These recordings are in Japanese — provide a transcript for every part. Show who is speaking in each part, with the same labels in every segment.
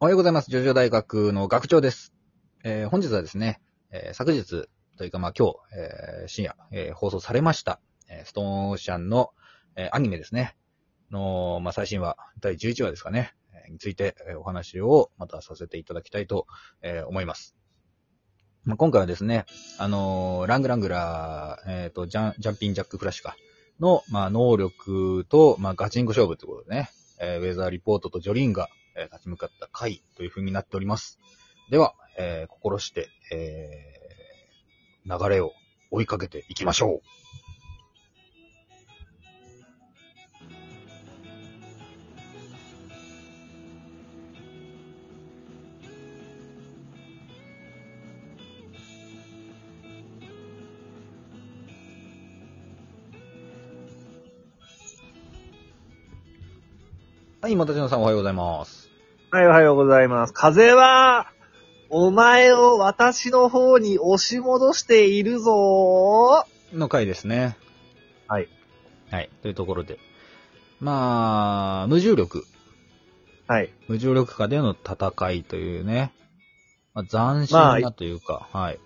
Speaker 1: おはようございます。ジョジョ大学の学長です。えー本日はですね、えー昨日というかまあ今日、えー深夜、えー放送されました、えーストーンオーシャンの、えーアニメですね、の、まあ最新話、第11話ですかね、えーについて、えーお話をまたさせていただきたいと、えー思います。まあ、今回はですね、あのーラングラングラー、えっ、と、ジャン、ジャンピンジャックフラッシュか、の、まあ能力と、まあガチンコ勝負ということでね、えーウェザーリポートとジョリンが、えー立ち向かった回という風になっております。では、えー心して、えー流れを追いかけていきましょう。はい、またじのさんおはようございます。
Speaker 2: はい、おはようございます。風は、お前を私の方に押し戻しているぞ
Speaker 1: の回ですね。
Speaker 2: はい。
Speaker 1: はい、というところで。まあ、無重力。
Speaker 2: はい。
Speaker 1: 無重力下での戦いというね。まあ、斬
Speaker 2: ま
Speaker 1: 新な
Speaker 2: あ
Speaker 1: というか、はい。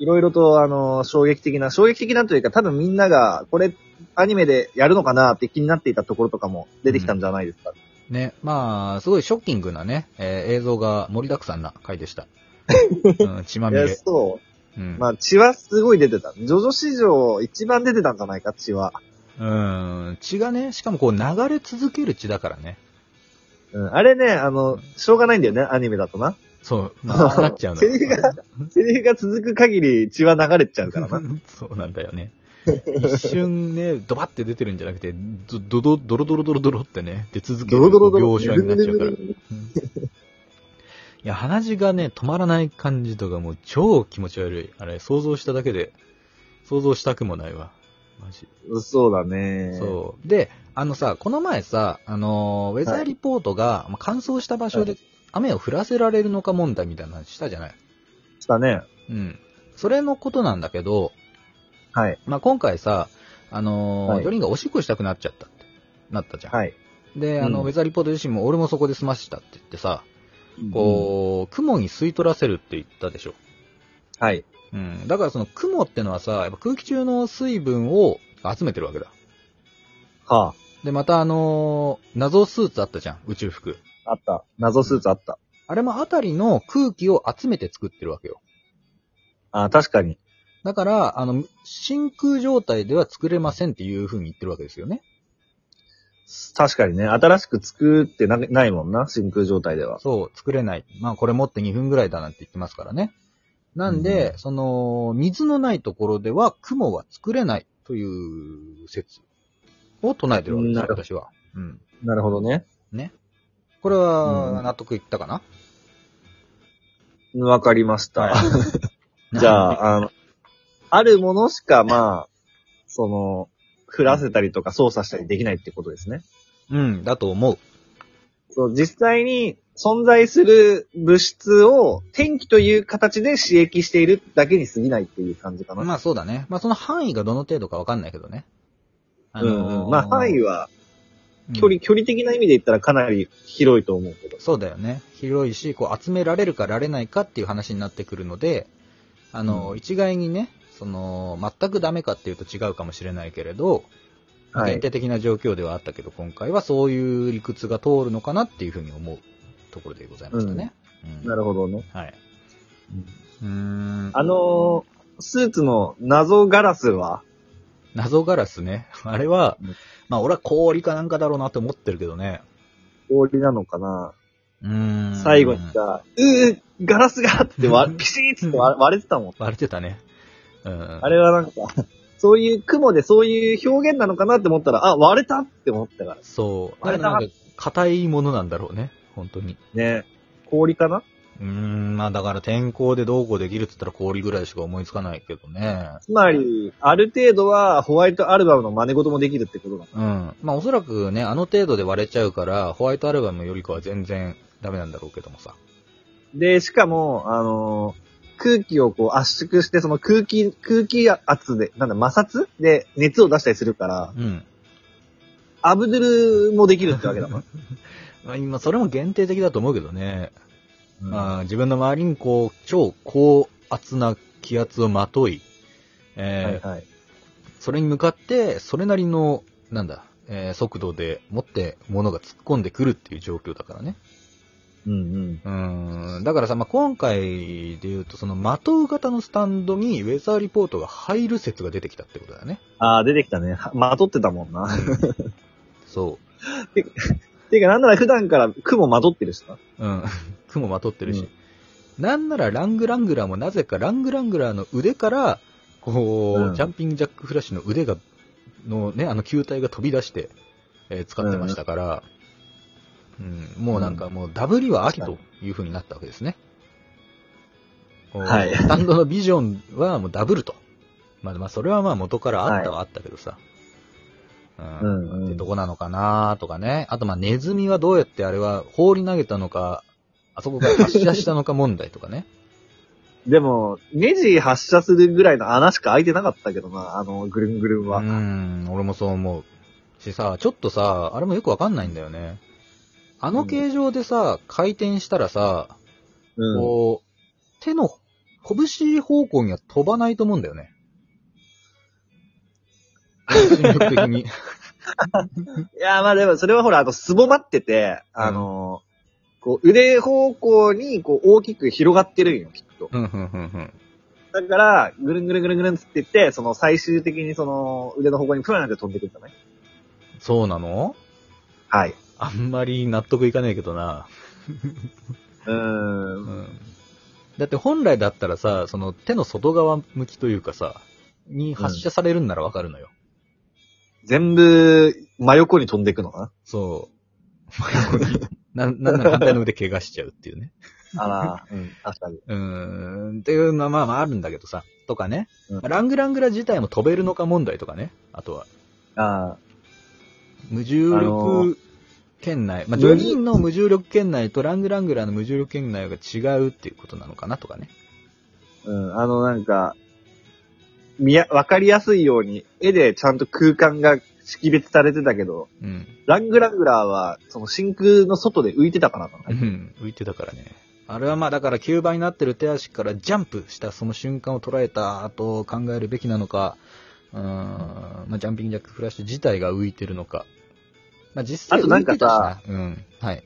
Speaker 2: いろいろと、あの、衝撃的な、衝撃的なというか、多分みんなが、これ、アニメでやるのかなって気になっていたところとかも出てきたんじゃないですか。
Speaker 1: ね、まあ、すごいショッキングなね、えー映像が盛りだくさんな回で した。うん、血まみ
Speaker 2: いや
Speaker 1: れ。
Speaker 2: そうう。
Speaker 1: ん。
Speaker 2: まあ、血はすごい出てた。ジョジョ史上一番出てたんじゃないか、血は。
Speaker 1: うん、血がね、しかもこう流れ続ける血だからね。
Speaker 2: うん。あれね、あの、しょうがないんだよね、アニメだとな。
Speaker 1: そう、まあ、なっちゃうの
Speaker 2: セリフが、セリフが続く限り血は流れちゃう からな。
Speaker 1: そうなんだよね。一瞬ね、ドバって出てるんじゃなくて、ど、どど、ドロドロドロドロってね、出続け
Speaker 2: ド
Speaker 1: る
Speaker 2: ロドロドロ。
Speaker 1: 描写になっちゃうから。いや、鼻血がね、止まらない感じとかもう超気持ち悪い。あれ、想像しただけで、想像したくもないわ。マジ。
Speaker 2: そうだね。
Speaker 1: そう。で、あのさ、この前さ、あのーウェザーリポートが、まあ乾燥した場所で雨を降らせられるのか問題みたいな話したじゃない
Speaker 2: したね。
Speaker 1: うん。それのことなんだけど、
Speaker 2: はい。
Speaker 1: まあ、今回さ、あのー
Speaker 2: はい
Speaker 1: ジョリンがおしっこしたくなっちゃったって、なったじゃん。
Speaker 2: はい。
Speaker 1: で、あの、
Speaker 2: うん
Speaker 1: ウェザーリポート自身も俺もそこで済ましたって言ってさ、こう、雲に吸い取らせるって言ったでしょ。
Speaker 2: うん。はい。
Speaker 1: うん。だからその雲ってのはさ、やっぱ空気中の水分を集めてるわけだ。
Speaker 2: は
Speaker 1: で、またあのー謎スーツあったじゃん、宇宙服。
Speaker 2: あ、あった。謎スーツあった。
Speaker 1: あれもあたりの空気を集めて作ってるわけよ。
Speaker 2: あ、確かに。
Speaker 1: だから、あの、真空状態では作れませんっていう風に言ってるわけですよね。
Speaker 2: 確かにね。新しく作ってなないもんな。真空状態では。
Speaker 1: そう、作れない。まあこれ持って2分ぐらいだなんて言ってますからね。なんで、
Speaker 2: うん
Speaker 1: その、水のないところでは雲は作れないという説を唱えてるわけです
Speaker 2: な
Speaker 1: よ、
Speaker 2: るほど
Speaker 1: 私は。うん。
Speaker 2: なるほどね。
Speaker 1: これ
Speaker 2: う
Speaker 1: は、
Speaker 2: ん
Speaker 1: 納得いったかな、
Speaker 2: わかりまし
Speaker 1: は
Speaker 2: た。
Speaker 1: い
Speaker 2: じゃあ、あの、あるものしか、まあ、その、降らせたりとか操作したりできないってことですね。
Speaker 1: うん、だと思う。
Speaker 2: そう、実際に存在する物質を天気という形で刺激しているだけに過ぎないっていう感じかな。
Speaker 1: まあそうだね。まあその範囲がどの程度かわかんないけどね。あ
Speaker 2: うんうん。まあ、範囲
Speaker 1: は
Speaker 2: は、距離、距離的な意味で言ったらかなり広いと思うけど。
Speaker 1: そうだよね。広いし、こう集められるかられないかっていう話になってくるので、あの、
Speaker 2: うん
Speaker 1: 一概にね、その、全くダメかっていうと違うかもしれないけれど、
Speaker 2: はい
Speaker 1: 限定的な状況ではあったけど、今回はそういう理屈が通るのかなっていうふうに思うところでございましたね。うん
Speaker 2: なるほどね。
Speaker 1: はい。うーん。
Speaker 2: あのースーツの謎ガラスは、
Speaker 1: 謎ガラスね。 あれは
Speaker 2: うん、
Speaker 1: まあ俺は氷かなんかだろうなって思ってるけどね。
Speaker 2: 氷なのかな、
Speaker 1: うーん。
Speaker 2: 最後にさ、うー、ガラスがって 割、ピシーッって割割れてたもん。
Speaker 1: 割れてたね。うん。
Speaker 2: あれはなんか、そういう雲でそういう表現なのかなって思ったら、あ、割れたって思ったから。
Speaker 1: そう。あ
Speaker 2: あ
Speaker 1: れ
Speaker 2: れ
Speaker 1: なんか、硬いものなんだろうね。本当に。
Speaker 2: ね氷かな
Speaker 1: うーん、まあだから天候でどうこうできるって言ったら氷ぐらいしか思いつかないけどね。
Speaker 2: つまり、ある程度はホワイトアルバムの真似事もできるってことだ。
Speaker 1: うん。まあおそらくね、あの程度で割れちゃうから、ホワイトアルバムよりかは全然ダメなんだろうけどもさ。
Speaker 2: で、しかも、あのー空気をこう圧縮して、その空気、空気圧で、なんだ、摩擦で熱を出したりするから、
Speaker 1: うん。
Speaker 2: アブドゥルもできるってわけだもん。
Speaker 1: まあ今、それも限定的だと思うけどね。
Speaker 2: うん
Speaker 1: まあ、自分の周りにこう、超高圧な気圧をまとい、えー
Speaker 2: はいはい。
Speaker 1: それに向かって、それなりの、なんだ、えー速度でもって物が突っ込んでくるっていう状況だからね。
Speaker 2: うんうん。
Speaker 1: うーん。だからさ、まあ、今回で言うと、その、的う型のスタンドにウェザーリポートが入る説が出てきたってことだよね。
Speaker 2: ああ、出てきたね。はまとってたもんな。
Speaker 1: そ
Speaker 2: ていうか、なんなら普段から雲まとってるしな。
Speaker 1: う。うん。 雲まとってるし。なんならラングラングラーもなぜかラングラングラーの腕から、こう、
Speaker 2: うん
Speaker 1: ジャンピングジャックフラッシュの腕が、のね、あの球体が飛び出して、えー使ってましたから、うん、もうなんかもうダブリは秋という風になったわけですね。こう
Speaker 2: はい
Speaker 1: スタンドのビジョンはもうダブルと。まあまあそれはまあ元からあったはあったけどさ。
Speaker 2: う
Speaker 1: うん
Speaker 2: んう
Speaker 1: って
Speaker 2: ん。
Speaker 1: どこなのかなとかね。あと、まあ、ネズミはどうやってあれは放り投げたのか、あそこから発射したのか問題とかね。
Speaker 2: でも、ネジ発射するぐらいの穴しか開いてなかったけどな、あの、ぐるんぐるんは。
Speaker 1: うん、俺もそう思う。しさ、ちょっとさ、あれもよくわかんないんだよね。あの形状でさ、回転したらさ、
Speaker 2: うん。
Speaker 1: こう、手の拳方向には飛ばないと思うんだよね。心力的 に。
Speaker 2: いやー、まあでも、それはほら、あの、すぼまってて、あのーこう、腕方向に、こう、大きく広がってるんよ、きっと。
Speaker 1: うん、うん、うん、うん。
Speaker 2: だから、ぐるんぐるんぐるんぐるんつって言って、その、最終的にその、腕の方向にプランって飛んでくるんじゃない
Speaker 1: そうなの
Speaker 2: はい。
Speaker 1: あんまり納得いかねえけどな。
Speaker 2: うーん。
Speaker 1: だって本来だったらさ、その手の外側向きというかさ、に発射されるんならわかるのよ。
Speaker 2: 全部、真横に飛んでいくのか
Speaker 1: そう。真横に。 な、なんなら反対の腕怪我しちゃうっていうね。
Speaker 2: なあら、うん、確かに。
Speaker 1: うーん。っていうのはまあまああるんだけどさ。とかね。
Speaker 2: うん
Speaker 1: ラングラングラ自体も飛べるのか問題とかね。あとは、
Speaker 2: あ
Speaker 1: 無重
Speaker 2: あの
Speaker 1: 力圏内。まあ、ジョニーンの無重力圏内とラングラングラの無重力圏内が違うっていうことなのかなとかね。
Speaker 2: ーうん、あの、なんか、見や、わかりやすいように、絵でちゃんと空間が識別されてたけど、
Speaker 1: うん。
Speaker 2: ラングラングラーは、その真空の外で浮いてたからかな
Speaker 1: う。ん、浮いてたからね。あれはまあだから9倍になってる手足からジャンプしたその瞬間を捉えたと考えるべきなのか、うーん、まあジャンピングジャックフラッシュ自体が浮いてるのか。まあ実際
Speaker 2: あとなんかさ
Speaker 1: 浮いてたしな、うん、はい。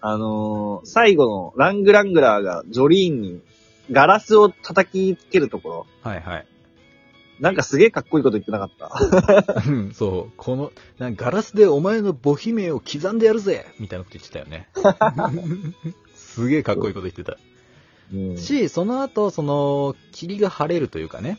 Speaker 2: あのー最後のラングラングラーがジョリーンにガラスを叩きつけるところ、
Speaker 1: はいはい。
Speaker 2: なんかすげえかっこいいこと言ってなかっ
Speaker 1: う
Speaker 2: た。
Speaker 1: んそう。この、なんかガラスでお前の母姫を刻んでやるぜみたいなこと言ってたよ ね。すげえかっこいいこと言ってた。
Speaker 2: うん
Speaker 1: し、その後、その、霧が晴れるというかね。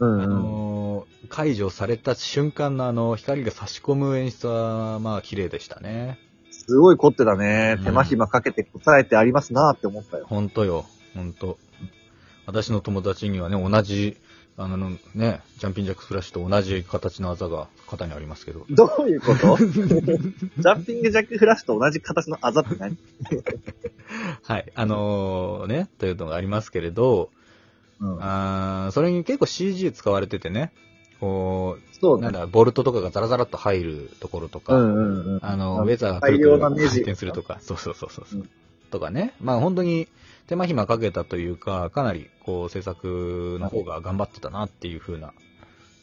Speaker 2: うん
Speaker 1: あ
Speaker 2: うん。
Speaker 1: のー解除された瞬間のあの、光が差し込む演出は、まあ、綺麗でしたね。
Speaker 2: すごい凝ってたね
Speaker 1: う。ん
Speaker 2: 手間暇かけて答えてありますなーって思ったよ。
Speaker 1: ほんとよ。ほんと。私の友達にはね、同じ、あのね、ジャンピンジャックフラッシュと同じ形のあざが肩にありますけど。
Speaker 2: どういうこと ジャンピングジャックフラッシュと同じ形のあざって何
Speaker 1: はい。あのーね、というのがありますけれど、
Speaker 2: うん
Speaker 1: あーそれに結構 CG 使われててね、こ
Speaker 2: そう
Speaker 1: う、な
Speaker 2: ね
Speaker 1: ん。だ、ボルトとかがザラザラっと入るところとか、
Speaker 2: うんうんうん。
Speaker 1: あ
Speaker 2: あ
Speaker 1: の、
Speaker 2: の
Speaker 1: ウェザーが
Speaker 2: 大量なネジ
Speaker 1: 回転するとか、そうそうそうそう。
Speaker 2: うん
Speaker 1: とかね。まあ本当に手間暇かけたというか、かなりこう制作の方が頑張ってたなっていう風な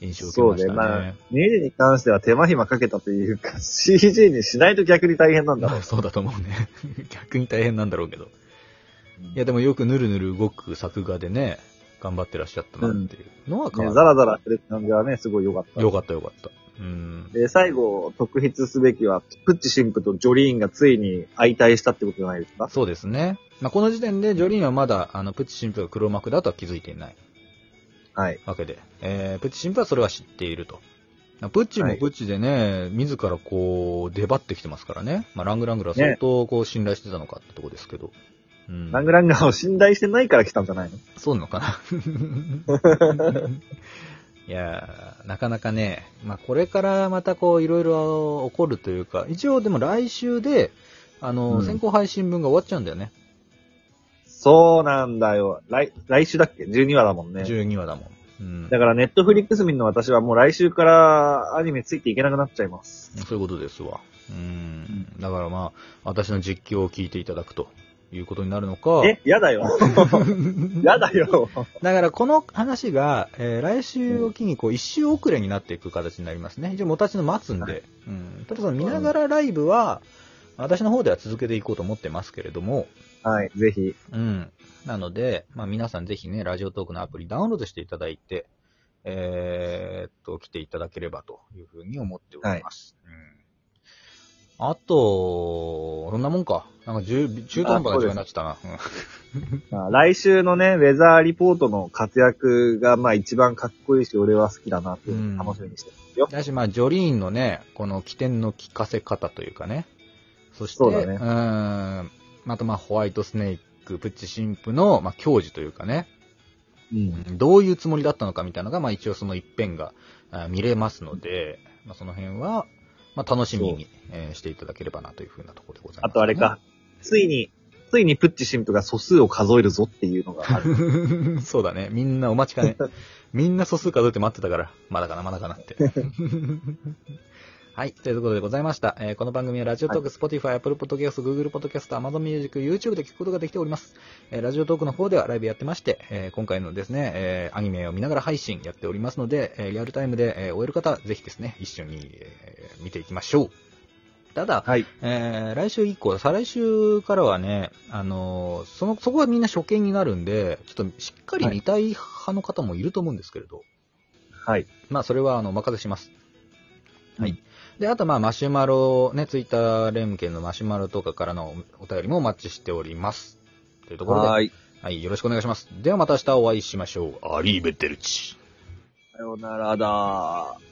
Speaker 1: 印象を受け
Speaker 2: そ
Speaker 1: ましたね。
Speaker 2: うね。まあ、ネジに関しては手間暇かけたという か、CG にしないと逆に大変なんだろ
Speaker 1: まあそうだと思うね。 逆に大変なんだろうけど。
Speaker 2: う。
Speaker 1: いやでもよくぬるぬる動く作画でね、頑張ってらっしゃったなっていうのは変
Speaker 2: ね、
Speaker 1: わ
Speaker 2: ザ
Speaker 1: ら
Speaker 2: ラザラしてる感じはね、すごい良かった。
Speaker 1: ないよかったよかった。うん。
Speaker 2: で、最後、特筆すべきは、プッチ神父とジョリーンがついに相対したってことじゃないですか
Speaker 1: そうですね。まあこの時点でジョリーンはまだ、あの、プチ神父が黒幕だとは気づいていない。
Speaker 2: はい。
Speaker 1: わけで、えー、プッチ神父はそれは知っていると。プッチもプッチでね、自らこう、出張ってきてますからね。まあ、ラングラングラは相当こう、信頼してたのかってとこですけど。うん。
Speaker 2: ラングランガーを信頼してないから来たんじゃないの
Speaker 1: そうなのか ないやー、なかなかね、まあ、これからまたこう、いろいろ起こるというか、一応でも来週で、あの、
Speaker 2: うん
Speaker 1: 先行配信分が終わっちゃうんだよね。
Speaker 2: そうなんだよ。来、来週だっけ ?12 話だもんね。
Speaker 1: 12話だもん。うん。
Speaker 2: だから、ネットフリックス民の私はもう来週からアニメついていけなくなっちゃいます。
Speaker 1: そういうことですわ。うん。だからまあ、私の実況を聞いていただくということになるのか。
Speaker 2: え、や だよ。やだよ。
Speaker 1: だからこの話が、えー来週を機にこう一周遅れになっていく形になりますね。一応もたちの待つん
Speaker 2: は
Speaker 1: で。うん。ただその見ながらライブは、私の方では続けていこうと思ってますけれども、
Speaker 2: はい、ぜひ。
Speaker 1: うん。なので、まあ皆さんぜひね、ラジオトークのアプリダウンロードしていただいて、えーっと、来ていただければというふうに思っております。うん。あと、そんなもんか。なんか中中途半端な時間になっちゃったな。うん
Speaker 2: まあ来週のね、ウェザーリポートの活躍が、まあ一番かっこいいし、俺は好きだなっていうのを楽しみにしてますよ。
Speaker 1: だし、まあ、ジョリーンのね、この起点の聞かせ方というかね。そして、
Speaker 2: そうだね
Speaker 1: ーん。また、まあ、ホワイトスネーク、プッチ神父の、まあ、教授というかね、
Speaker 2: うん。
Speaker 1: どういうつもりだったのかみたいなのが、まあ、一応その一辺があ見れますので、まあ、その辺は、まあ、楽しみに、えーしていただければなというふうなところでございます、
Speaker 2: あとあれか。、ついに、ついにプッチ神父が素数を数えるぞっていうのがあ る。
Speaker 1: そうだね。みんなお待ちかね。みんな素数数えて待ってたから、まだかな、まだかなって。はい。ということでございました。えーこの番組はラジオトーク、Spotify、Apple Podcast、Google Podcast、Amazon Music、YouTube で聞くことができております。えーラジオトークの方ではライブやってまして、えー今回のですね、えーアニメを見ながら配信やっておりますので、えーリアルタイムで、えー終える方、ぜひですね、一緒に、えー見ていきましょう。ただ、
Speaker 2: はい。
Speaker 1: えー来週以降、再来週からはね、あのーその、そこはみんな初見になるんで、ちょっとしっかり見たい派の方もいると思うんですけれど、
Speaker 2: はい。
Speaker 1: まあ、それは、あの、お任せします。は
Speaker 2: う
Speaker 1: い。で、あと、まあ、マシュマロ、ね、ツイッター連携のマシュマロとかからのお便りもお待ちしております。というところで、は
Speaker 2: はい。
Speaker 1: い、よろしくお願いします。ではまた明日お会いしましょう。アリーベッテルチ。
Speaker 2: さようならだー。